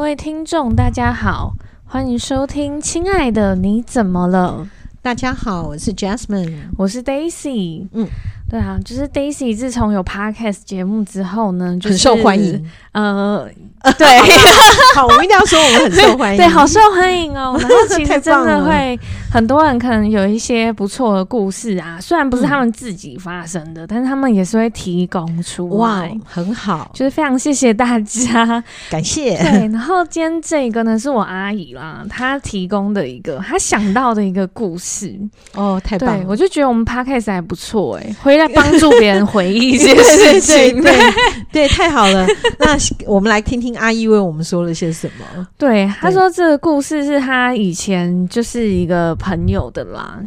位听众，大家好，欢迎收听《亲爱的你怎么了》，大家好，我是 Jasmine。我是 Daisy。嗯，对啊，就是 Daisy 自从有 podcast 节目之后呢，就是很受欢迎。， 呃，对好，我一定要说我们很受欢迎。对，好受欢迎 哦。然后其实哎太真棒的了会很多人可能有一些不错的故事啊，虽然不嗯是他们自己发生的，但是他们也是会提供出哇哦来。，很好，就是非常谢谢大 家，感谢。对，然后今天这一个呢是我阿姨啦，她提供的一个她想到的一个故事，哦，太棒对了我。就觉得我们 podcast 还不错 哎、回来帮助别人回忆这些对事对情，对 对 对，太好了。那我们来听听阿姨为我们说了些什么。对，她说这个故事是她以前就是一个朋友的啦，嗯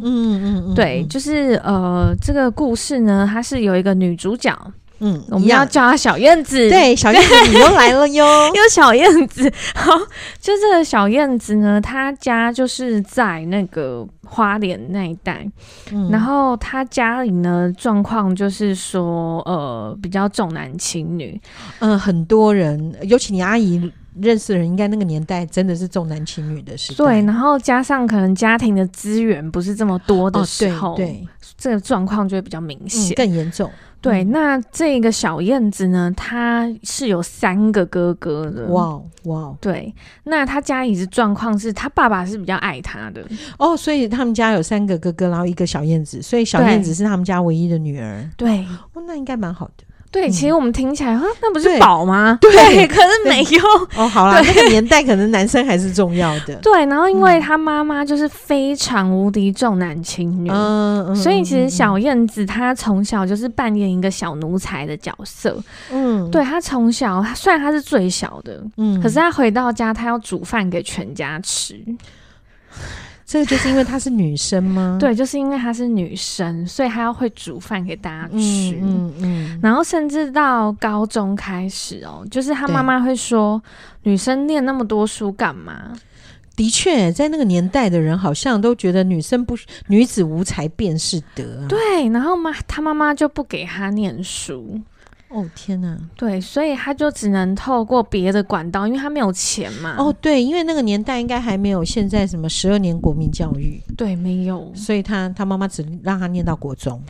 嗯嗯，对，就是呃，这个故事呢，它是有一个女主角，嗯，我们一样要叫她小燕子， 对小燕子你又来了哟。 因为小燕子，好，就这个小燕子呢，她家就是在那个花莲那一带，嗯然后她家里呢状况就是说，呃，比较重男轻女，嗯，很多人，尤其你阿姨认识的人，应该那个年代真的是重男轻女的时代。对，然后加上可能家庭的资源不是这么多的哦，时候，对对，这个状况就会比较明嗯显。更严重。对，嗯那这个小燕子呢，她是有三个哥哥的。哇哦哇哦对，那她家里的状况是，她爸爸是比较爱她的，哦，所以他们家有三个哥哥，然后一个小燕子，所以小对燕子是他们家唯一的女儿。对，哦，那应该蛮好的。对，嗯其实我们听起来，啊那不是对宝吗？ 对可是没有。哦，好啦，那个年代可能男生还是重要的。 对，然后因嗯为她妈妈就是非常无敌重男轻女，嗯，嗯所以其实嗯小燕子她从小就是扮演一个小奴才的角色。嗯，对她从小，她虽然她是最小的，嗯嗯可是她回到家，她要煮饭给全家吃。这个就是因为她是女生吗？ 对，就是因为她是女生，所以她要会煮饭给大家嗯，吃。嗯嗯然后甚至到高中开始哦，就是她对妈妈会说：“女生念那么多书干嘛？”嗯的确，在那个年代的人好像都觉得女生不女子无才便是德啊。，对，然后妈他妈妈就不给他念书，哦天哪，对，所以他就只能透过别的管道，因为他没有钱嘛。哦，对，因为那个年代应该还没有现在什么十二年国民教育，对，没有，所以她她妈妈只让她念到国中。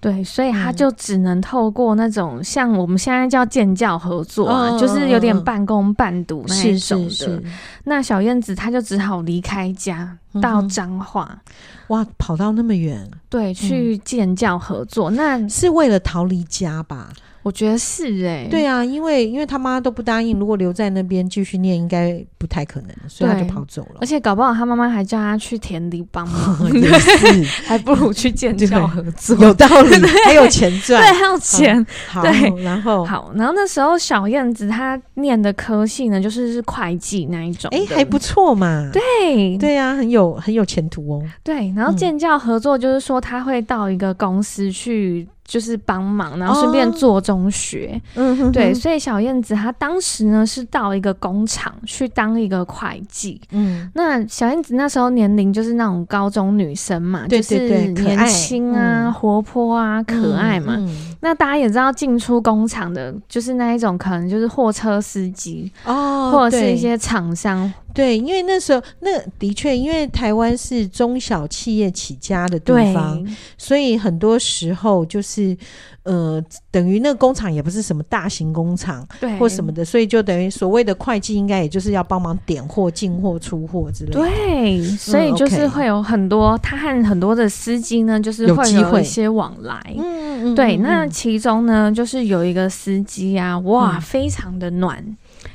对，所以他嗯就只能透过那种像我们现在叫建教合作啊，嗯就是有点嗯嗯半工半读那一种的。是，那小燕子她就只好离开家嗯嗯哼到彰化，哇，跑到那么远对，去建教合作。那是为了逃离家吧？我觉得是哎、对啊，因为因为他妈都不答应，如果留在那边继续念，应该不太可能，所以他对就跑走 了而。且搞不好他妈妈还叫他去田里帮忙， 也是还不如去建对教合作。 有道理，嗯还有钱 对，赚。还有钱。好，对然后好，然后那时候小燕子她念的科系呢，就是是会计那一种的，哎，还不错嘛。对对对啊，很有很有前途哦。对。然后嗯建教合作就是说，她会到一个公司去。就是帮忙，然后顺便哦做中学，嗯哼对，，所以小燕子她当时呢是到一个工厂去当一个会计。嗯，那小燕子那时候年龄就是那种高中女生嘛，对对对就是可爱年轻啊、嗯活泼啊、可爱嘛。嗯那大家也知道，进出工厂的就是那一种，可能就是货车司机，哦，或者是对一些厂商，对，因为那时候那的确，因为台湾是中小企业起家的地对方，所以很多时候就是，呃，等于那个工厂也不是什么大型工厂对或什么的，所以就等于所谓的会计，应该也就是要帮忙点货、进货、出货之类的。对，所以就是嗯，OK 会有很多他和很多的司机呢，就是有会机有一会些往来。嗯嗯嗯对，嗯那嗯其中呢，就是有一个司机啊，哇，嗯哦非常的暖，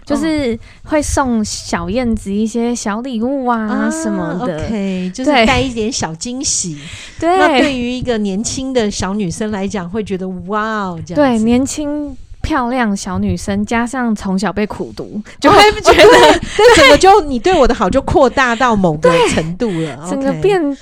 就是会送小燕子一些小礼物啊啊什么的。 ，OK，就是对带一点小惊喜。那对对于一个年轻的小女生来讲，会觉得哇哦，这样对，子 年轻漂亮小女生，加上从小被苦读，就哦会觉得 那整个就你对我的好就扩大到某个程度了，整个哦 OK 变哦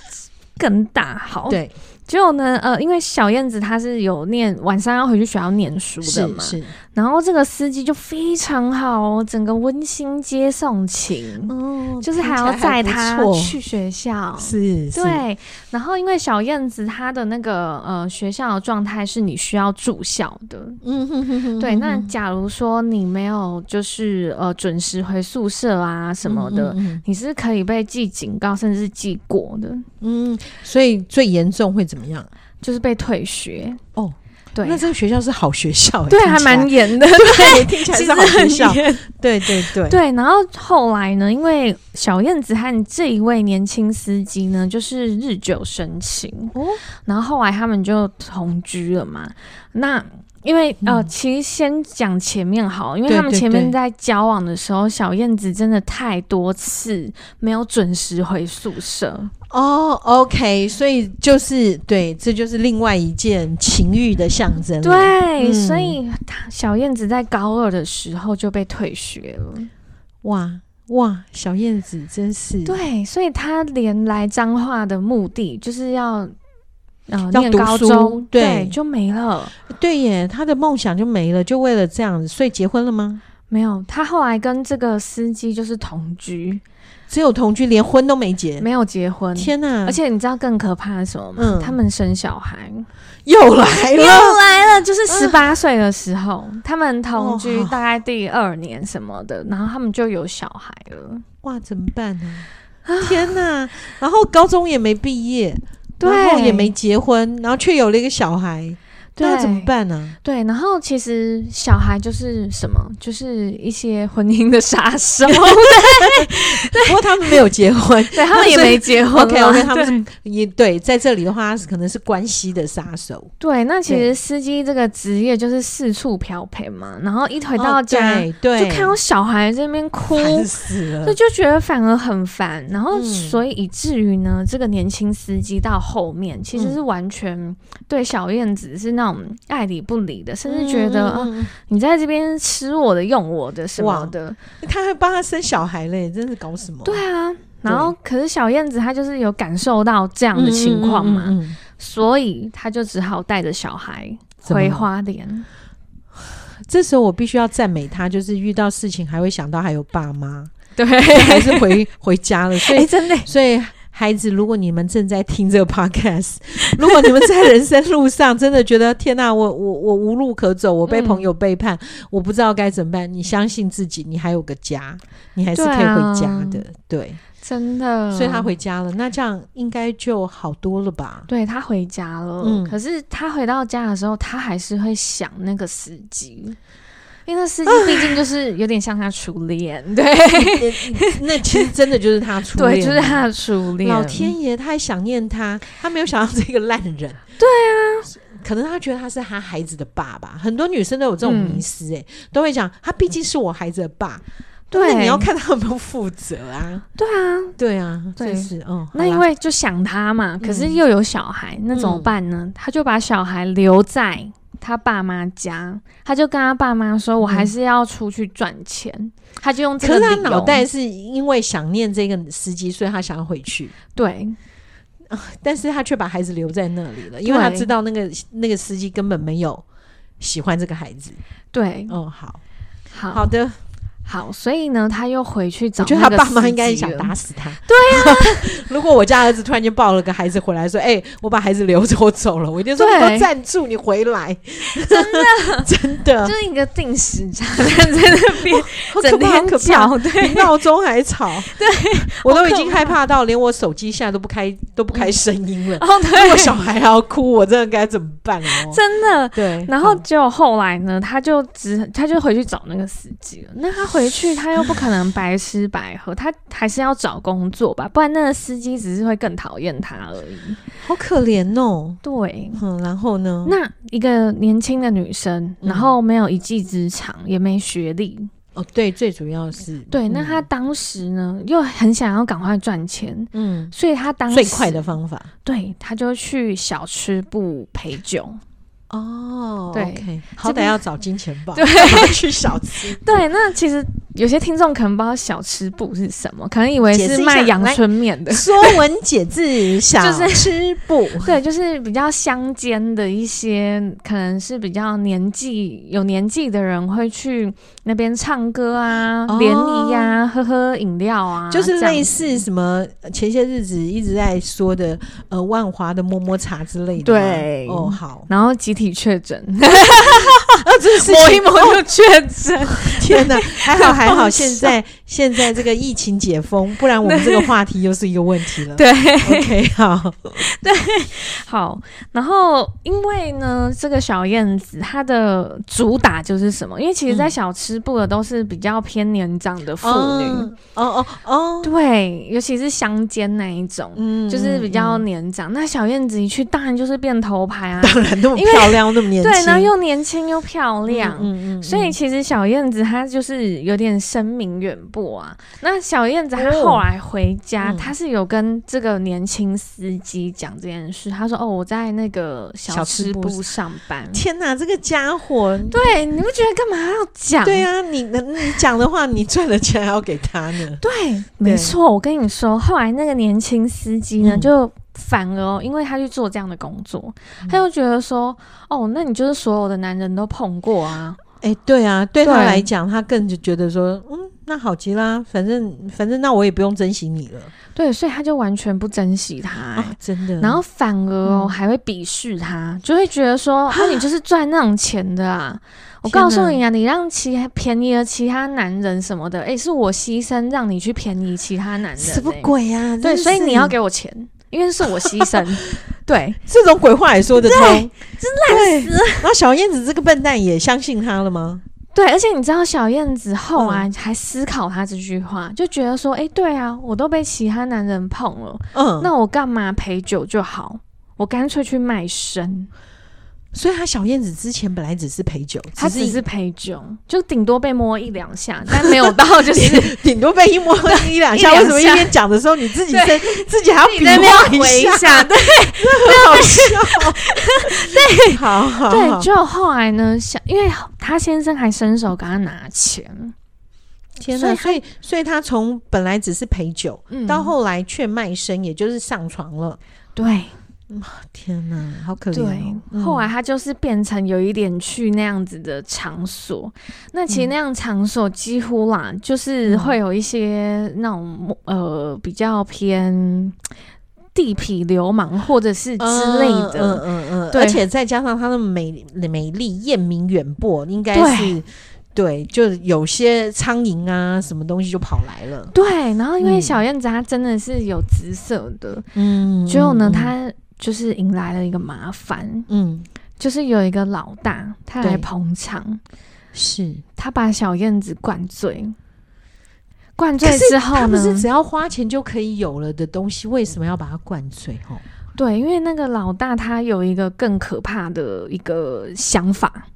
更大好。，对，结果呢，呃，因为小燕子她是有念晚上要回去学校念书的是嘛，是，然后这个司机就非常好哦，整个温馨接送情，哦就是还要载他去学校。是，是，对，然后因为小燕子她的那个呃学校的状态是你需要住校的，嗯哼哼哼，对。那嗯假如说你没有就是呃准时回宿舍啊什么的，，嗯嗯你是可以被记警告甚至是记过的，嗯，嗯所以最严重会怎么样？就是被退学。哦，对那，这个学校是好学校欸，对，听还起来蛮严 的。对，听起来其是实好学很校，严对对对，对，然后后来呢，因为小燕子和这一位年轻司机呢，就是日久生情，哦，然后后来他们就同居了嘛。那因为、呃，其实先讲前面好，因为嗯对他们对前对面在交往的时候，小燕子真的太多次没有准时回宿舍，哦，OK，所以就是对，这就是另外一件情欲的象征了。对，嗯所以她小燕子在高二的时候就被退学了。哇哇，小燕子真是对，所以他连来彰化的目的就是要。呃，要念读高书中对就没了。对耶，她的梦想就没了，就为了这样子，所以结婚了吗？没有，他后来跟这个司机就是同居，只有同居，连婚都没结。没有结婚。嗯天哪、而且你知道更可怕的是什么吗？嗯他们生小孩，又来了，来了，就是十八岁的时候，他们同居哦好大概第二年什么的，然后他们就有小孩了。哇，怎么办呢、天哪、然后高中也没毕业，对然后也没结婚，然后却有了一个小孩，对那怎么办呢、对，然后其实小孩就是什么，就是一些婚姻的杀手。不过他们没有结婚， 对他们也没结婚 OK，OK，啦他们对也对，在这里的话，他是可能是关系的杀手。对，那其实司机这个职业就是四处漂陪嘛，然后一回到哦家、对对，就看到小孩在那边哭，烦死所了以。就觉得反而很烦。然后嗯所以以至于呢，这个年轻司机到后面其实是嗯完全对小燕子是那种爱理不理的，甚至觉得、啊、嗯嗯嗯你在这边吃我的、用我的什么哇的，嗯他还帮他生小孩嘞，真是搞什么？对啊。然后，可是小燕子她就是有感受到这样嗯，的情况嘛，嗯嗯嗯嗯所以她就只好带着小孩怎么了回花莲。这时候我必须要赞美他，就是遇到事情还会想到还有爸妈，对，还是回 回家了。所哎、以，真的，所以。孩子，如果你们正在听这个 podcast，如 果你们在人生路上真的觉得天哪、我我我无路可走，我被嗯朋友背叛，我不知道该怎么办，你相信自己，你还有个家，你还是可以对啊回家的，对。真的，所以他回家了，那这样应该就好多了吧？ 对他回家了，嗯可是他回到家的时候，他还是会想那个司机，因为那司机啊毕竟就是有点像他初 恋，对那其实真的就是他初恋，对，就是他。的初恋。老天爷，他还想念他，他没有想到这个烂人。对 啊，可能他觉得他是他孩子的爸爸。很多女生都有这种迷失、欸，哎、都会讲他毕竟是我孩子的爸。嗯对但是你要看他有没有负责啊。对啊，对啊， 对真是哦。那因为就想他嘛，可嗯是又有小孩，那怎么办呢？他就把小孩留在他爸妈家，他就跟他爸妈说：“我还是要出去赚钱。他就用这嗯可个是他理由脑袋是因为想念这个司机，所以他想要回去。对但是他却把孩子留在那里了，因为他知道那个那个司机根本没有喜欢这个孩子。对哦，好好好的，好，所以呢，他又回去找我觉得那他个爸妈司应该机想了啊打死他。对呀、 如果我家儿子突然间抱了个孩子回来，说：“哎、我把孩子留着，我走了。”我一定说：“对你给我站住，你回 来！” 真的，真的就，是一个定时炸弹在那边 好可整怕，好天可怕！叫，对 比闹钟还 吵，对我都已经好可怕害怕到连我手机现在都不开都不开声音了。哦 如果对，小孩还要哭，我真的该怎么办 哦？真的。对，然后结果后来呢，他就只他就回去找那个司机了。那他回去，他又不可能白吃白喝，他还是要找工作吧，不然那个司机只是会更讨厌他而已。好可怜哦。对，嗯，然后呢？那一个年轻的女生，嗯然后没有一技之长，也没学历，哦，对，最主要是对，嗯那她当时呢又很想要赶快赚钱，嗯所以她当时最快的方法对，她就去小吃部陪酒。哦对，OK，好这歹边 要找金钱豹，对干嘛去小吃，对，那其实有些听众可能不知道小吃部是什么，可能以为解释是一下卖阳来春面的， 说文解字，小 吃部，对，就是比较乡间的一些，可能是比较年纪有年纪的人会去那边唱歌啊、哦联谊呀、喝喝饮料啊， 就是这样类似什么呃前些日子一直在说的呃万华的摸摸茶之类的吗。对 哦，好，然后集体确 诊，啊，这 是摸一摸就确诊， 天哪，还 好还好，好现笑在现在这个疫情解封，不然我们这个话题又是一个问题了。对。 ，OK，好，好，然后因为呢，这个小燕子它的主打就是什么？因为其实，在嗯小吃部的都是比较偏年长的妇女，嗯哦哦哦，对，尤其是乡间那一种，嗯就是比较嗯年长。那小燕子一去，当然就是变头牌啊，当然那么因为漂亮，那么年轻，对，然后又年轻又漂亮。嗯所以其实小燕子她就是有点声名远播啊。那小燕子她后来回家，哦嗯她是有跟这个年轻司机讲这件事。她说：“哦，我在那个小小吃吃部部上班。天哪，这个家伙，”对，你不觉得干嘛要讲？对啊，你你讲的话，你赚的钱还要给他呢。对，没错。我跟你说，后来那个年轻司机呢，嗯就反而哦因为他去做这样的工作，嗯他就觉得说：“哦，那你就是所有的男人都碰过啊。” 哎、对啊，对他对来讲，他更就觉得说，嗯，那好极啦，反正反正那我也不用珍惜你了。对，所以他就完全不珍惜他、哎啊，真的。然后反而嗯哦还会鄙视他，就会觉得说啊你就是赚那种钱的 啊！我天告诉哪你啊，你让其他便宜了其他男人什么的，诶，是我牺牲让你去便宜其他男人、什么诶？鬼啊？对，真所以是你要给我钱，因为是我牺 牲。对，这种鬼话也说得通，烂死然后小燕子这个笨蛋也相信他了吗？对，而且你知道小燕子后嗯来还思考她这句话，就觉得说，诶，对啊，我都被其他男人碰了，嗯，那我干嘛陪酒就好？我干脆去卖身。所以他小燕子之前本来只是陪酒，他只只是陪酒，就顶多被摸一两下，但没有 到就是顶多被一摸 一两下。一两下为什么一边讲的时候你自己对身自己还要自比己在那边划回一下。 对很好笑。对， 好好对，好就后来呢，想，因为他先生还伸手给他拿钱，天所呐！以所以所以他从本来只是陪酒，嗯到后来却卖身，也就是上床了。对天呐，好可怜、对哦！，后来他就是变成有一点去那样子的场所。那其实嗯那样场所几乎啦，就是会有一些那种呃比较偏地痞流氓或者是之类的，嗯嗯嗯，对而且再加上她的美美丽、艳名远播，应该对是对，就有些苍蝇啊，什么东西就跑来了。对，然后因为嗯小燕子她真的是有紫色的，嗯，结果呢，嗯，她就是迎来了一个麻烦，嗯，就是有一个老大他对来捧场，是。他把小燕子灌醉，灌可醉是之后他不呢，是只要花钱就可以有了的东西，为什么要把它灌醉？哦，对，因为那个老大他有一个更可怕的一个想法。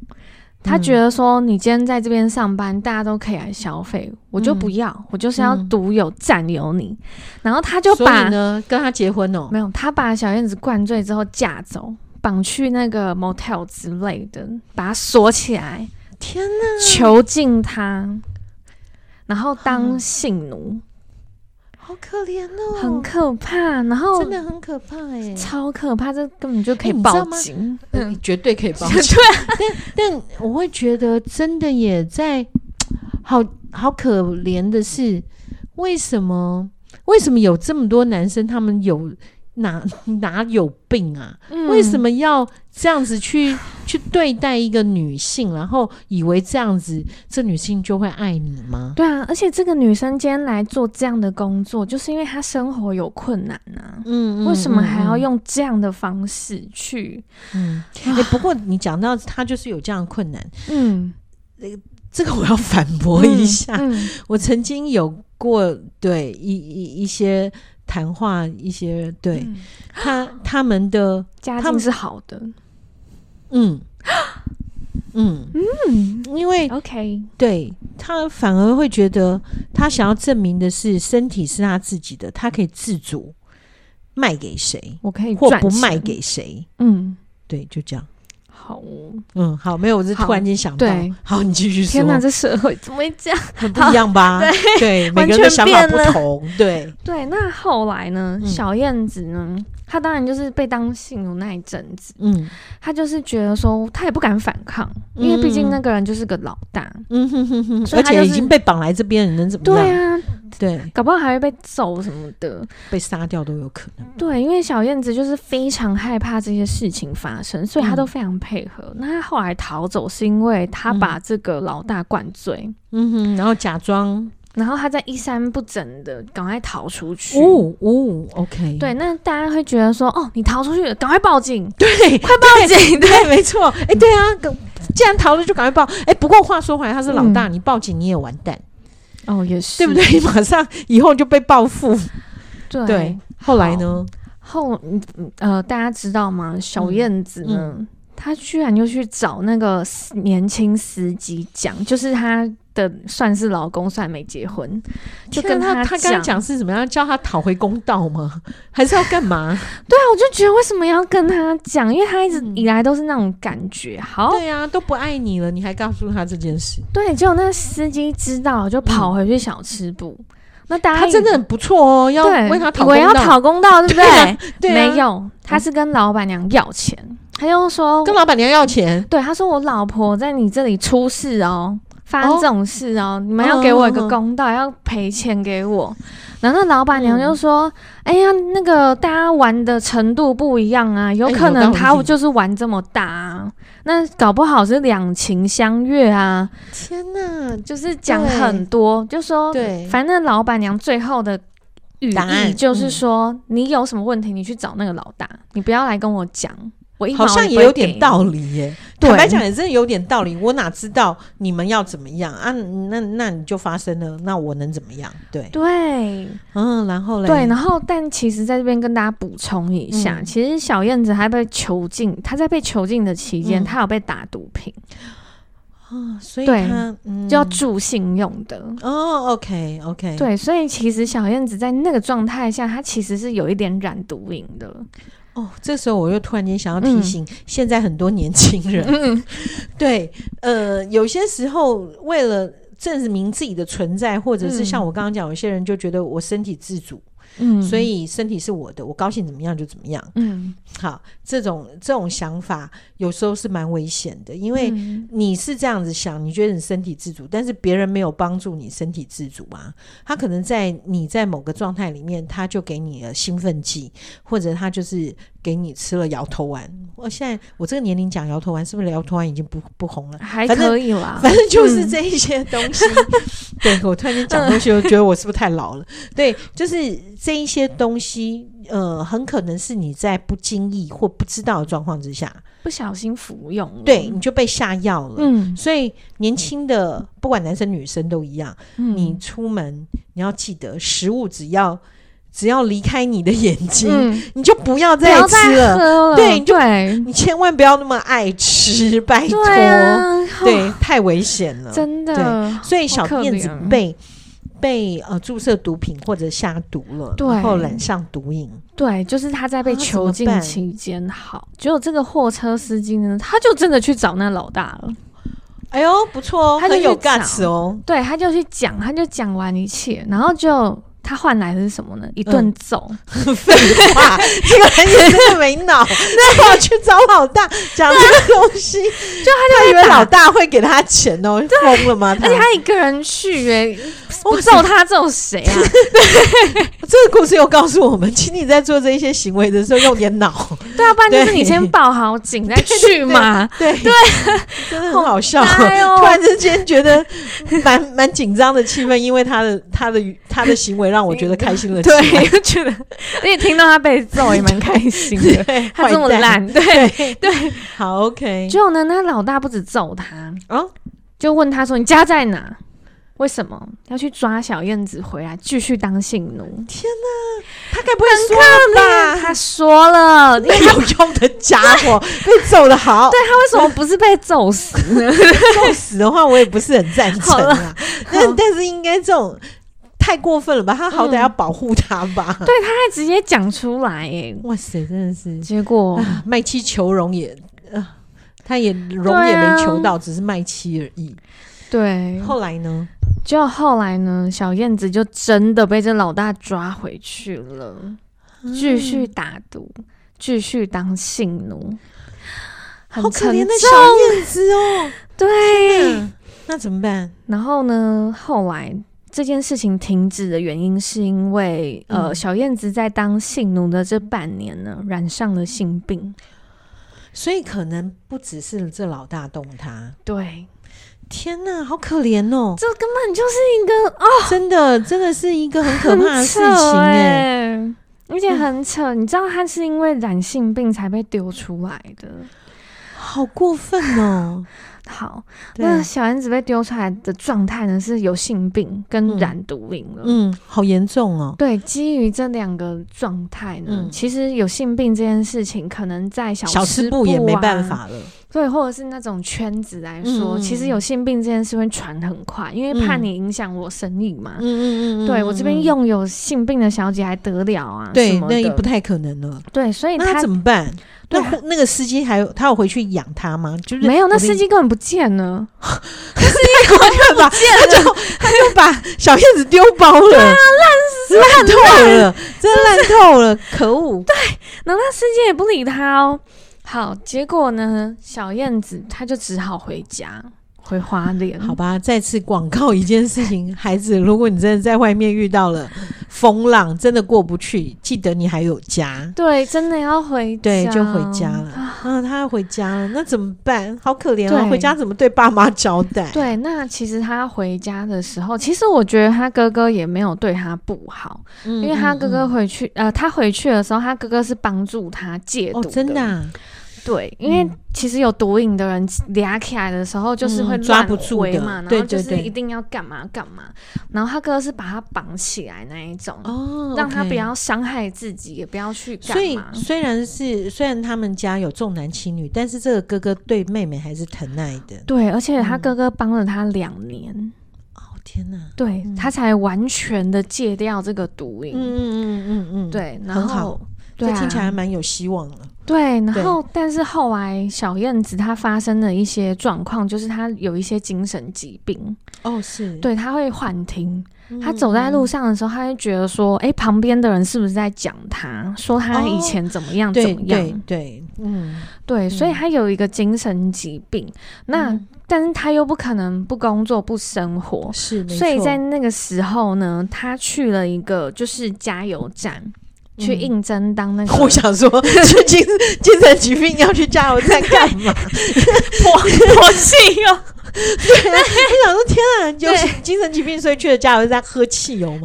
他嗯觉得说，你今天在这边上班，大家都可以来消费，我就不要，我就是要嗯独有、占有你。然后他就所把以呢，跟他结婚哦，没有，他把小燕子灌醉之后架走，绑去那个 motel 之类的，把她锁起来，天哪！囚禁她，然后当性奴，好可怜哦，很可怕。然后真的很可怕 哎、超可怕，这根本就可以哎你知报道吗警。嗯嗯，绝对可以报警。 对， 但我会觉得，真的也在好好可怜的是，为什么为什么有这么多男生他们有哪 哪有病啊？ 为什么？么要这样子去 去对待一个女性，然后以为这样子这女性就会爱你吗？对啊，而且这个女生今天来做这样的工作，就是因为她生活有困难啊。嗯为什么还要？用这样的方式去？嗯，哎、不过你讲到她就是有这样的困难，嗯，这个我要反驳一下。嗯我曾经有过对一一一些谈话，一些对、嗯他他们的家他境们是好的。嗯嗯嗯因为，OK，对他反而会觉得他想要证明的是身体是他自己的，他可以自主卖给谁我可以或赚不钱卖，给谁，嗯，对，就这样。好哦，嗯，好，没有，我是突然间想到，对，好，你继续说天，哪，这社会怎么会这样？很不一样吧？ 对，每个人完的全想法变不了同，对，对，那后来呢？嗯小燕子呢？她当然就是被当性奴那一阵子，嗯她就是觉得说，她也不敢反抗，因为毕竟那个人就是个老大。嗯哼哼哼，所以而他就且是已经被绑来这边，你能怎么对样？啊，对，搞不好还会被揍什么的。被杀掉都有可能。对，因为小燕子就是非常害怕这些事情发生，所以她嗯都非常配合。那她后来逃走是因为她把这个老大灌醉，嗯哼，然后假装然后她在衣衫不整的赶快逃出去。哦哦，OK，对，那大家会觉得说，哦，你逃出去了，赶快报警，对，快报警！对，对，没错。哎、对啊，赶既然逃了就赶快报。哎、不过话说回来，他是老大，你报警你也完蛋，哦，也嗯是，对不对？ 你马上以后就被报复。对对，后来呢？后嗯嗯呃，大家知道吗？嗯小燕子呢，她居然又去找那个司年轻司机讲，就是她的算是老公，算没结婚，就天跟啊他他刚刚讲。讲是怎么样？叫他讨回公道吗？ 还是要干嘛？对啊，我就觉得为什么要跟她讲？因为她一直以来都是那种感觉。好，嗯对啊，都不爱你了，你还告诉他这件事，对，结果那个司机知道，就跑回去小吃部。那大家他嗯真的很不错哦，要哎对，为他讨以为公要道。讨公道，对不对？对啊没有，他是跟老板娘要钱，他就说跟老板娘要钱，对，他说我老婆在你这里出事哦，发生这种事哦，你们要给我一个公道，要赔钱给哦我。然后那老板娘就说：“哎嗯呀，那个大家玩的程度不一样啊，有哎可有能道他理就是玩这么大、啊，那搞不好是两情相悦啊，天哪！就是讲很多，就说对反正老板娘最后的。”语答案义就是嗯说，你有什么问题，你去找那个老大，你不要来跟我讲，我一毛好像不也会有给点你道理耶。对坦白讲，也真的有点道理。我哪知道你们要怎么样啊？那那你就发生了，那我能怎么样？对，对，嗯，然后嘞，对，然后但其实在这边跟大家补充一下，嗯其实小燕子还被囚禁，她在被囚禁的期间，嗯她有被打毒品，啊，所以对他嗯，就要助兴用的。哦，OK OK，，对，所以其实小燕子在那个状态下，她其实是有一点染毒瘾的。哦，这时候我又突然间想要提醒，现在很多年轻人，嗯， 对，呃，有些时候为了。证明自己的存在，或者是嗯像我刚刚讲，有些人就觉得我身体自主，嗯所，以身体是我的，我高兴怎么样就怎么样。嗯，好，这种这种想法有时候是蛮危险的，因为嗯你是这样子想，你觉得你身体自主，但是别人没有帮助你身体自主啊。他可能在你在某个状态里面，他就给你了兴奋剂，或者他就是给你吃了摇头丸。我现在我这个年龄讲摇头丸，是不是摇头丸已经不不红了？还反正可以啦。 反正就是这一些东西。嗯对我突然间讲东西，我觉得我是不是太老 了？对，就是这一些东西，呃，很可能是你在不经意或不知道的状况之下，不小心服用了，对，你就被下药了。嗯，所以年轻的不管男生女生都一样，嗯，你出门你要记得食物只要只要离开你的眼睛，嗯，你就不要不再要吃再了。喝了，对你就对，你千万不要那么爱吃，拜托，对啊，对太危险了。真的，所以小好可燕子怜被被呃注射毒品或者下毒了，对然后染上毒瘾，对，就是他在被啊怎囚么禁办期间好，结果这个货车司机呢，他就真的去找那老大了。哎呦不错哦，他就很有去找 guts 哦，对，他就去讲，他就讲完一切，然后就他换来的是什么呢？一嗯顿揍。废 话，这个人也真的没 脑，那我去找老大讲这个东西，啊就他以为打老大会给他钱哦，疯了吗？他而且他一个人 去耶、不哇揍他揍谁 啊？这个故事又告诉我们， 请你在做这一些行为的时候用点脑，对啊，不然就是你对先报好警再去嘛。 对 对，真的很好笑。好呆哦 突然之间觉得蛮蛮紧张的气氛，因为他的他的他的行为让我觉得 开心了起来。。对，就觉得，而且听到他被揍也蛮开心的 对，他这么坏蛋，烂，对。对 对，好 OK，结果呢，那老大不止揍他，啊，就问他说：“你家在哪？为什么要去抓小燕子回来继续当性奴他该不会说了？”吧？他说了， 因为没有用的家伙， 被揍的他为好，什么不是被揍死呢？揍死的话我也不是很赞成好啊。但但是应该这种太过分了吧？他好歹嗯要保护他吧？ 对，他直接讲出来耶、哇塞，真的是结果啊，卖妻求荣也。啊他也容也啊没求到，只是卖妻而已。对，后来呢？就后来呢，小燕子就真的被这老大抓回去了，嗯继续打赌，继续当性奴，很好可沉怜重的。小燕子哦。 对，嗯，那怎么办？然后呢，后来这件事情停止的原因是因为，呃，嗯小燕子在当性奴的这半年呢，染上了性病。所以可能不只是这老大动他。对，天哪，好可怜哦！这根本就是一个哦，真的，真的是一个很可很怕的事扯情嗯哎、欸而且很扯，你知道他是因为染性病才被丢出来的。好过分哦！好，对， 那小燕子被丢出来的状态呢是有性病跟嗯染毒瘾了。嗯，好严重哦。对，基于这两个状态呢，嗯其实有性病这件事情，可能在小小吃吃部部也没啊办。法了。对，或者是那种圈子来说，嗯嗯其实有性病这件事会传很快，因为怕嗯你影响我生意嘛。嗯嗯嗯嗯对我这边嗯用有性病的小姐还得了啊？对什，么那也的不太可能了。对，所以那他他怎么办？对那啊那个司机还有他有回去养他吗？就是没有，那我的司机根本不见了。对吧？他就他就把小燕子丢包了，对啊，烂死烂透了，真的烂透了，可恶！然后那司机也不理他哦。好，结果呢，小燕子她就只好回家，回花莲。好吧，再次广告一件事情，孩子，如果你真的在外面遇到了风浪，真的过不去，记得你还有家。对，真的要回家，对，就回家了。嗯，他要回家了，那怎么办？好可怜哦，对回家怎么对爸妈交代？对，那其实他回家的时候，其实我觉得他哥哥也没有对他不好，嗯，因为他哥嗯哥嗯回去，呃，他回去的时候，他哥哥是帮助他戒毒哦，真的啊，对，因为嗯其实有毒瘾的人俩起来的时候，就是会嗯抓乱不住回的嘛，然对后就对是对一定要干嘛干嘛，然后他哥哥是把他绑起来那一种，哦，让他 OK 不要伤害自己，也不要去干所以嘛。虽然是虽然他们家有重男轻女，但是这个哥哥对妹妹还是疼爱的。对，而且他嗯哥哥帮了他两年，哦天哪！对、嗯他才完全的戒掉这个毒瘾。嗯嗯嗯嗯嗯，，对，然很后好对、这啊、听起来还蛮有希望的。对，然对后但是后来小燕子她发生了一些状况，就是她有一些精神疾病，哦，是，对，她会幻听。嗯，她走在路上，上的时候，她会觉得说，哎、旁边的人是不是在讲她，说她以哦前怎么样、怎对么样？对对，嗯，对，所以嗯她有一个精神疾病。那、嗯但是她又不可能不工作不生活，是，没所以错在那个时候呢，她去了一个就是加油站。去嗯应征当那个 我想说，去精精神疾病要去加油站干嘛？ 火气哦，我想说，天啊，有精神疾病，所以去了加油站喝汽油嘛？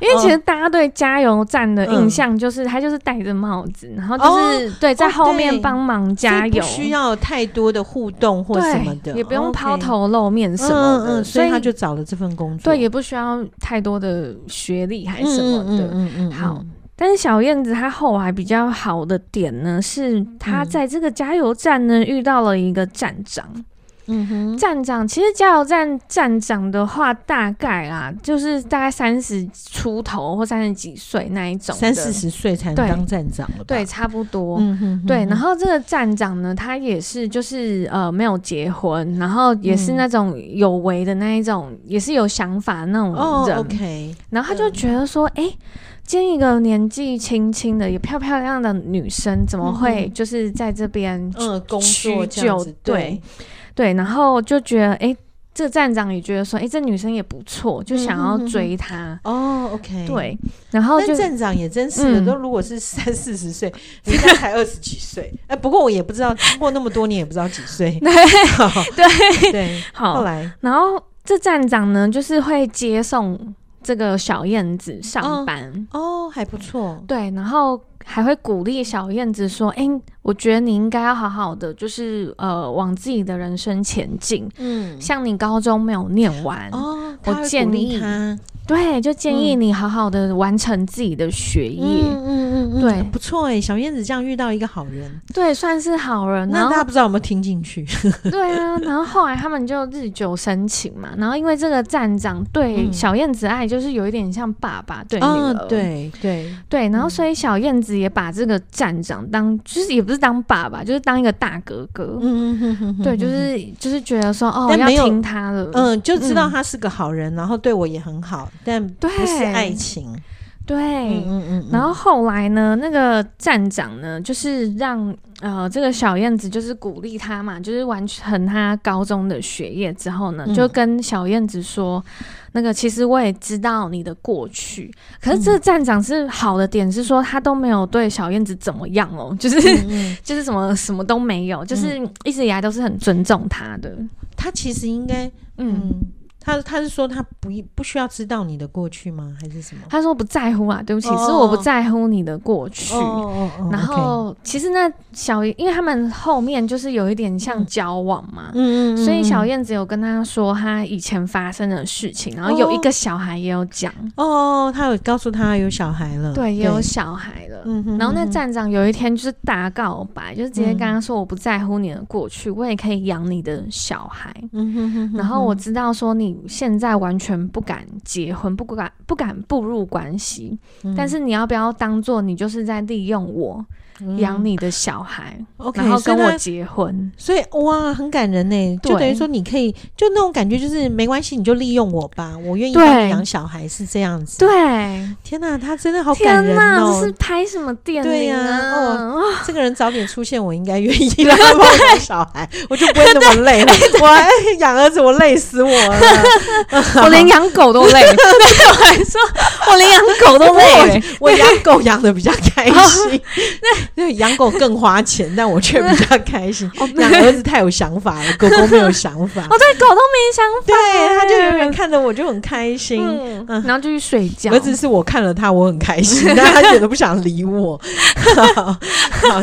因为其实哦大家对加油站的印嗯象就是，他就是戴着帽子，然后就是、对在后面哦对帮忙加所以油，不需要太多的互动或什么的，对，哦也不用抛 OK 头露面什么的，嗯嗯嗯，所所以他就找了这份工作，对也不需要太多的学历还是什么的。嗯嗯嗯，好但是小燕子她后来比较好的点呢，是她嗯在这个加油站呢、遇到了一个站长。嗯哼，站长其实加油站站长的话，大概啊，就是大概三十出头或三十几岁那一种的，三四十岁才能当站长了吧？对，差不多。嗯哼，对，然后后这个站长呢，他也是就是呃没有结婚，然后也是嗯那种有为的那一种，也是有想法的那种哦人。 ，OK，嗯然后他就觉得说，哎、今天一个年纪轻轻的也漂漂亮亮的女生，怎么会嗯哼就是在这边、嗯，工作这样屈子就，对，对？然后就觉得，哎、这个站长也觉得说，哎、这女生也不错，就想要嗯哼哼哼追她。哦，OK，。对，然后就但站长也真是的，嗯都如果是三四十岁， 人家才二十几岁，哎，不过我也不知道，经过那么多年也不知道几 岁。 对对，后好，来然后这站长呢，就是会接送这个小燕子上班，哦还不错，对，然后还会鼓励小燕子说：“哎、我觉得你应该要好好的，就是呃，往自己的人生前进。嗯，像你高中没有念完，哦，我他会建鼓励议他，对，就建议你好好的完成自己的学业，嗯嗯嗯嗯，对不错哎、小燕子这样遇到一个好人，对，算是好人。然那后大家不知道有没有听进去？对啊，然后后来他们就日久生情嘛，然后因为这个站长对嗯小燕子爱就是有一点像爸爸 对女儿，嗯，对嗯对，对，然后所以小燕子也把这个站长当，就是也不是当爸爸，就是当一个大哥哥，嗯嗯嗯对，就是就是觉得说哦但要没有听他的，嗯，嗯，就知道嗯他是个好人，然后对我也很好，但不对是爱情。对。嗯嗯然后后来呢，那个站长呢，就是让呃这个小燕子就是鼓励她嘛，就是完成她高中的学业之后呢，嗯就跟小燕子说，那个其实我也知道你的过去，可是这个嗯站长是好的点是说他都没有对小燕子怎么样哦，就是、嗯嗯就是什么什么都没有，就是一直以来都是很尊重她的，他其实应该，嗯。嗯，他他是说他不不需要知道你的过去吗？还是什么？他说不在乎啊，对不起，哦是我不在乎你的过去。哦哦然， OK 后其实那小，因为他们后面就是有一点像交往嘛，嗯嗯嗯，所以小燕燕子有跟他说他以前发生的事情，然后有一个小孩也有讲，哦，他有告诉他有小孩了，对，也有小孩了。嗯哼然后那嗯哼站长有一天就是大告白，就是直接跟他说：“我不在乎你的过去，我也可以养你的小孩。嗯哼哼哼然后我知道说你现在完全不敢结婚，不敢不敢步入关系，嗯但是你要不要当做你就是在利用我养嗯你的小孩， ，OK，然后所以跟我他结婚？所以哇，很感人呢，就对等于说你可以，就那种感觉，就是没关系，你就利用我吧，我愿意对帮你养小孩，是这样子。，对，天哪，他真的好感天人哪，哦！这是拍什么电对影呀啊？ 哦这个人早点出现，我应该愿意让 他帮我养小孩，我就不会那么 累了。我还养儿子，我累死我了。我连养狗都累，对我来说， 我连养狗都累。 哦我养狗养的比较开 心， 那养狗更花钱，但我却比较开心。 哦，养儿子太有想法了，狗狗没有想法。 我对狗都没想法。对，他就远远看着我就很开心。嗯，嗯然后就去睡觉。儿子是我看了他，我很开心， 但他一点都不想理我。 好，好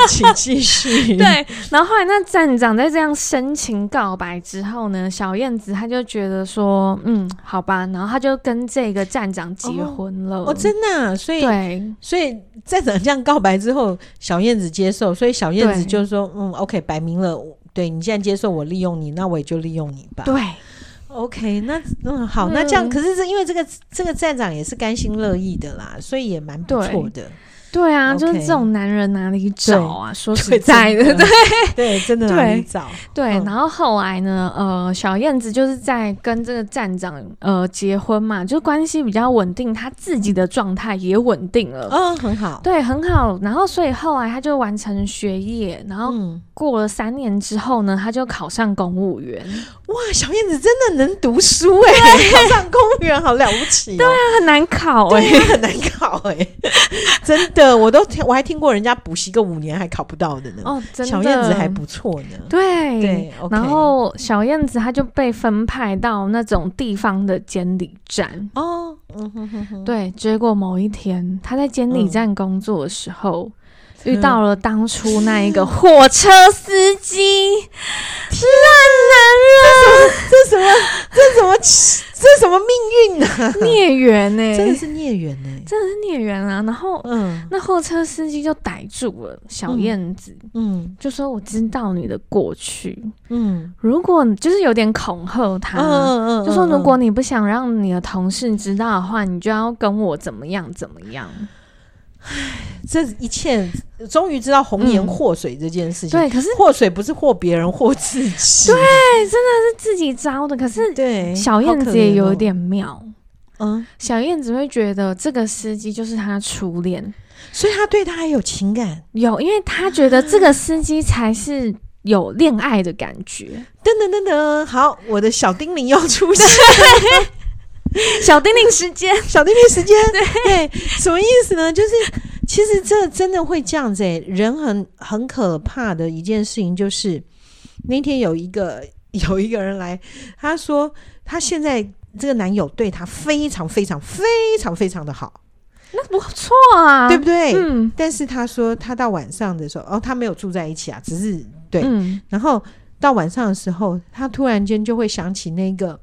请继续。，对，然后后来那站长在这样深情告白之后呢，小燕子她就觉得说，嗯，好吧，然后她就跟这个站长结婚了。哦，真的啊、所以对所以站长这样告白之后，小燕子接受，所以小燕子对就说：“嗯，OK，摆明了，我对你既然接受我利用你，那我也就利用你吧。对， ”OK，那嗯好，那这样嗯可是这因为这个这个站长也是甘心乐意的啦，所以也蛮不错的。对啊 OK 就是这种男人哪里找啊？说实对在的，真对的 对，真的对难找。对。嗯然后后来呢，呃，小燕子就是在跟这个站长呃结婚嘛，就关系比较稳定，她自己的状态也稳定了。嗯，很好。对，很好。然后，所以后来她就完成学业，然后嗯，过了三年之后呢，她就考上公务员。哇，小燕子真的能读书哎、欸，考上公务员好了不起、哦。对啊，很难考哎、很难考哎、真的，我都听我还听过人家补习个五年还考不到的呢。哦，真的，小燕子还不错呢。对。对，OK 然后小燕子她就被分派到那种地方的监理站，哦，嗯哼哼哼，对。结果某一天，她在监理站工作的时候，嗯遇到了当初那 一个火车司机，烂这什么？这什么？这什么命运呢、男人孽缘呢、真的是孽缘呢、真的是孽缘啊！然后嗯那货车司机就逮住了小嗯燕子，嗯就说：“我知道你的过去，嗯如果就是有点恐吓他，啊嗯就说如果你不想让你的同事知道的话，你就要跟我怎么样怎么样。这一切终于知道红颜祸水这件事嗯情。对，啊可是 祸水不是祸别人，祸自己。是自己招的。可是 对小燕子也有一，哎好点妙，可怜哦哦嗯，小燕子会觉得这个司机就是她初恋，所以他对他还有情感。有，因为她觉得这个司机才是有恋爱的感觉。噔噔噔噔，好，我的小叮铃又出现。小丁丁时间，小弟弟时间，对，什么意思呢？就是其实这真的会这样子、欸，人很很可怕的一件事情就是，那天有一个有一个人来，他说他现在这个男友对他非常非常非常非常的好， 那不错啊，对不对？嗯但是他说他到晚上的时候，哦，他没有住在一起啊，只是对嗯，然后到晚上的时候，她突然间就会想起那个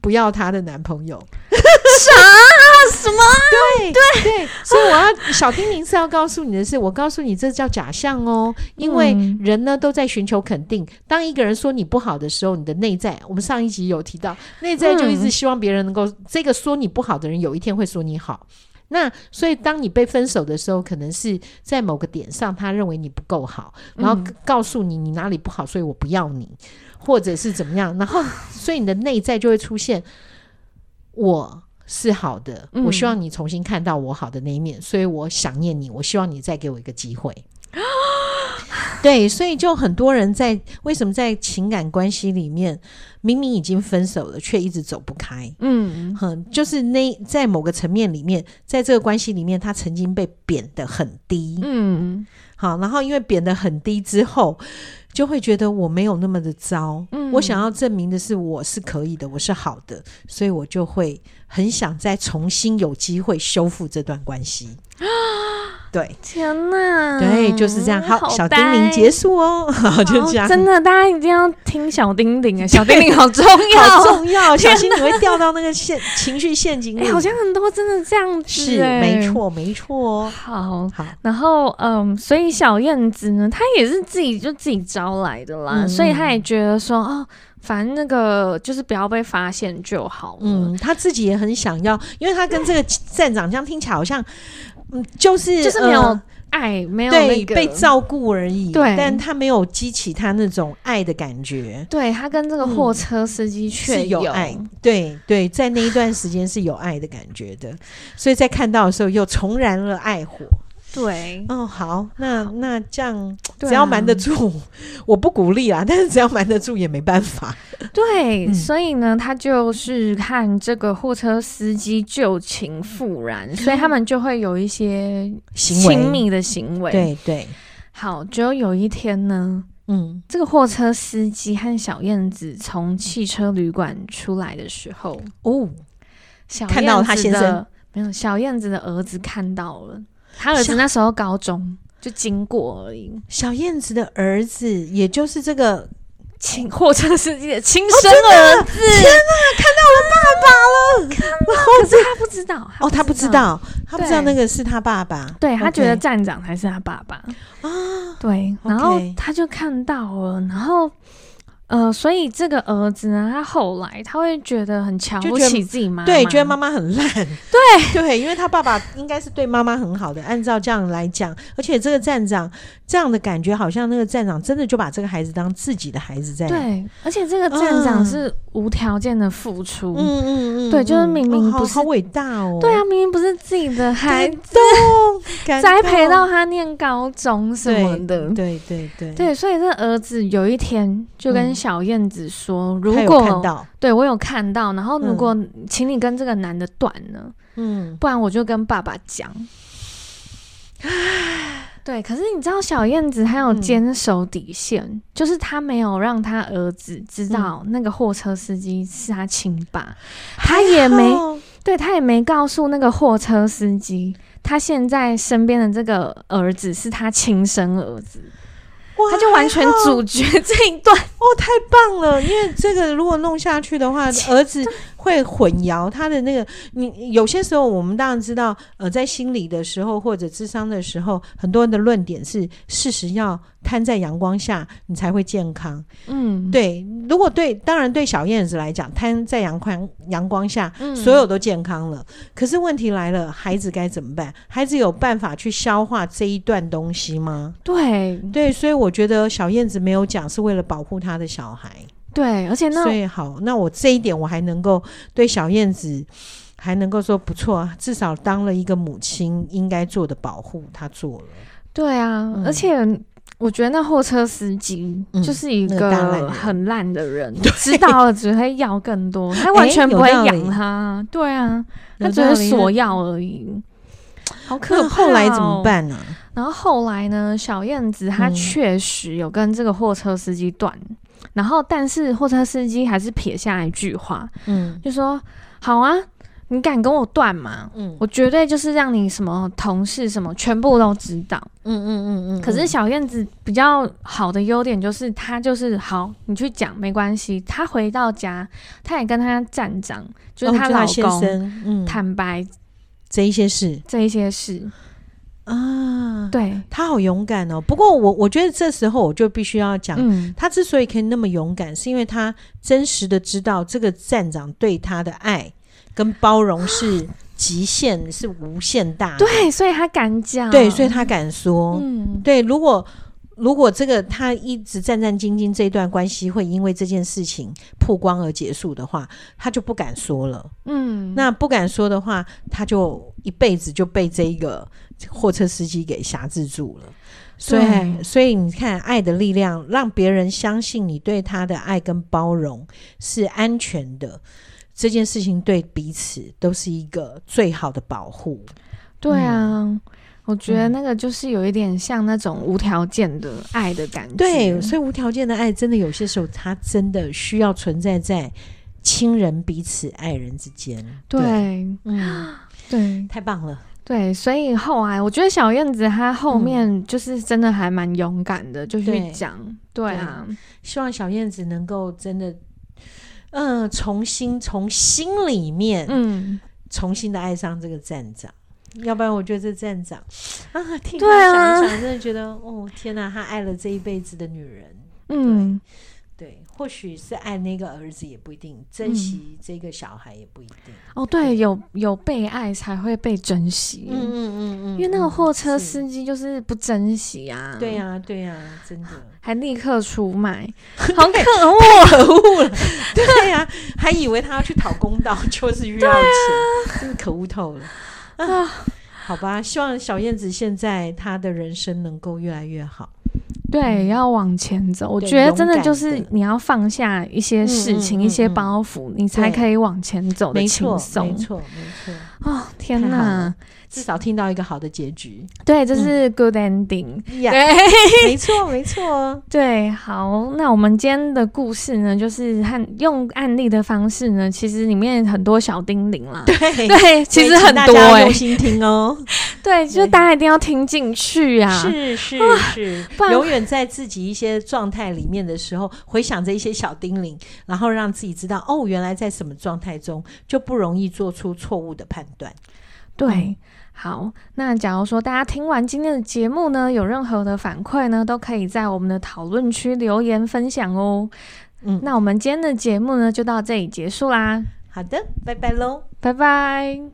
不要她的男朋友，傻什么？对对对，所以我要小叮咛是要告诉你的是，我告诉你这叫假象哦，因为嗯人呢都在寻求肯定。当一个人说你不好的时候，你的内在，我们上一集有提到，内在就一直嗯希望别人能够，这个说你不好的人有一天会说你好。那所以，当你被分手的时候，可能是在某个点上，他认为你不够好，然后嗯告诉你你哪里不好，所以我不要你，或者是怎么样，然后 所以你的内在就会出现我是好的，嗯我希望你重新看到我好的那一面，所以我想念你，我希望你再给我一个机会。 对，所以就很多人在为什么在情感关系里面，明明已经分手了，却一直走不开。嗯，很就是那在某个层面里面，在这个关系里面，他曾经被贬得很低，嗯好，然后因为贬得很低之后，就会觉得我没有那么的糟，嗯我想要证明的是我是可以的，我是好的，所以我就会很想再重新有机会修复这段关系。 对天哪！对，就是这样。嗯好，小叮咛结结束哦，好就这样。真的，大家一定要听小叮咛哎，小叮咛好重好要。重 要，小心你会掉到那个陷情绪陷阱哦哎、里。好像很多真的这样子、是哎没。错，没错。哦好，好，然后嗯，所以小燕子呢，她也是自己就自己招来的啦，嗯所以她也觉得说，哦，反正那个就是不要被发现就好了。嗯，他自己也很想要，因为他跟这个站长这样听起来好像，嗯，就是就是没有呃爱，没有对那个被照顾而已，对但他没有激起他那种爱的感觉，对她跟这个货车司机却嗯是有爱，对对，在那一段时间是有爱的感觉的，所以在看到的时候又重燃了爱火。对，哦，好，那那这样对啊只要瞒得住， 我不鼓励啦，但是只要瞒得住也没办法。对，嗯所以呢，他就是看这个货车司机旧情复燃，所以他们就会有一些嗯行亲为，密的行为。，对对，好，只有有一天呢，嗯，这个货车司机和小燕子从汽车旅馆出来的时候，哦，小看到他燕子先生的没有，小燕子的儿子看到了，他儿子那时候高中，就经过而已。小燕子的儿子，也就是这个亲，货车司机的亲哦生真的儿子，天哪，看到我 爸爸了！可是他不知道，哦，他不知。道，他不知道对那个是他爸爸，对他觉得 OK 站长才是他爸爸啊，对，然后 OK 他就看到了，然后呃，所以这个儿子呢，他后来他会觉得很瞧就不觉得起自己妈妈，对，觉得妈妈很烂，对 对，因为他爸爸应该是对妈妈很好的，按照这样来讲，而且这个站长这样的感觉，好像那个站长真的就把这个孩子当自己的孩子在，对，而且这个站长嗯是无条件的付出，嗯嗯嗯，对就是嗯明明哦好不是好伟大哦，对啊，明明不是自己的孩感子，动，感栽培到动他念高中什么对的。对对对，对，所以这儿子有一天就跟嗯小燕子说：“如他有看果到，对我有看到，然后如嗯果请你跟这个男的断了，嗯，不然我就跟爸爸 讲。对，可是你知道小燕子她有嗯坚守底线，就是她没有让她儿子知道嗯那个货车司机是她亲爸，她也没哦对她也没告诉那个货车司机，她现在身边的这个儿子是她亲生儿子，哇她就完全好主角这一段。哦，太棒了！因为这个如果弄下去 的话，儿子会混淆他的那个。你有些时候，我们当然知道，呃，在心理的时候或者智商的时候，很多人的论点是事实要摊在阳光下，你才会健康。嗯，，对，如果对，当然对小燕子来讲，摊在阳光阳光下，嗯所有都健康了。可是问题来了，孩子该怎么办？孩子有办法去消化这一段东西吗？对对，所以我觉得小燕子没有讲，是为了保护她的小孩。对，而且那所以好，那我这一点我还能够对小燕子还能够说不错，啊，至少当了一个母亲应该做的保护，她做了。对啊，嗯而且我觉得那货车司机嗯就是一那个大烂个人很烂的人，知道了只会要更多，他完全哎不有会道理养他。对啊，他有只道会理索要而已。好可怕、哦那后来怎么？办呢、然后后来呢？小燕子她嗯确实有跟这个货车司机断，然后但是货车司机还是撇下一句话，嗯，就说：“好啊，你敢跟我断吗？嗯我绝对就是让你什么同事什么全部都知道。嗯嗯嗯嗯可是小燕子比较好的优点就是，她就是好，你去讲没关系。她回到家，她也跟她站长，就是她老哦先公、生，嗯，坦白这一些事这一些事。啊，对，他好勇敢哦。不过我我觉得这时候我就必须要讲，嗯，他之所以可以那么勇敢，是因为他真实的知道这个站长对他的爱跟包容是极限，是无限大的。对，所以她敢讲，对，所以他敢说。嗯，对，如果如果这个他一直战战兢兢，这一段关系会因为这件事情曝光而结束的话，他就不敢说了。嗯，那不敢说的话，他就一辈子就被这一个货车司机给辖制住了。所以，对所以你看，爱的力量让别人相信你对他的爱跟包容是安全的，这件事情对彼此都是一个最好的保护。对啊。嗯我觉得那个就是有一点像那种无条件的爱的感觉，对，所以无条件的爱真的有些时候，它真的需要存在在亲人彼此、爱人之间。对嗯，对太棒了。对，所以后来我觉得小燕子她后面就是真的还蛮勇敢的，就嗯对去讲，对啊，希望小燕子能够真的，嗯、重新从心里面、嗯，重新的爱上这个站长。要不然，我觉得这站长啊，听对他啊想一想，真的觉得，哦，天哪，他爱了这一辈子的女人。嗯，对，或许是爱那个儿子也不一定，珍惜这个小孩也不一定。哦，对，有有被爱才会被珍惜，嗯嗯嗯因为那个货车是司机就是不珍惜啊，对、呀、对呀、真的还立刻出 卖，好可恶，可恶了。 对呀、还以为他要去讨 公道，就是遇到钱，真的可恶透了啊！好吧，希望小燕子现在她的人生能够越来越好。对，要往前走。我对觉得真的勇敢就是的你要放下一些事情、嗯嗯嗯一些嗯包袱，你才对可以往前走的没轻错，没松。错，没错，哦，天太好哪了！嗯至少听到一个好的结局。对，这是 good ending。呀对没错，哦没错。对，好，那我们今天的故事呢，就是和用案例的方式呢，其实里面很多小叮咛啦。对， 对，其实所以请很大多家哎、用心听哦。对，就 对大家一定要听进去啊。是是是不，然永远在自己一些状态里面的时候，回想着一些小叮咛，然后让自己知道，哦，原来在什么状态中就不容易做出错误的判断。对，好，那假如说大家听完今天的节目呢，有任何的反馈呢，都可以在我们的讨论区留言分享哦。嗯，那我们今天的节目呢，就到这里结束啦，好的，拜拜喽。拜拜。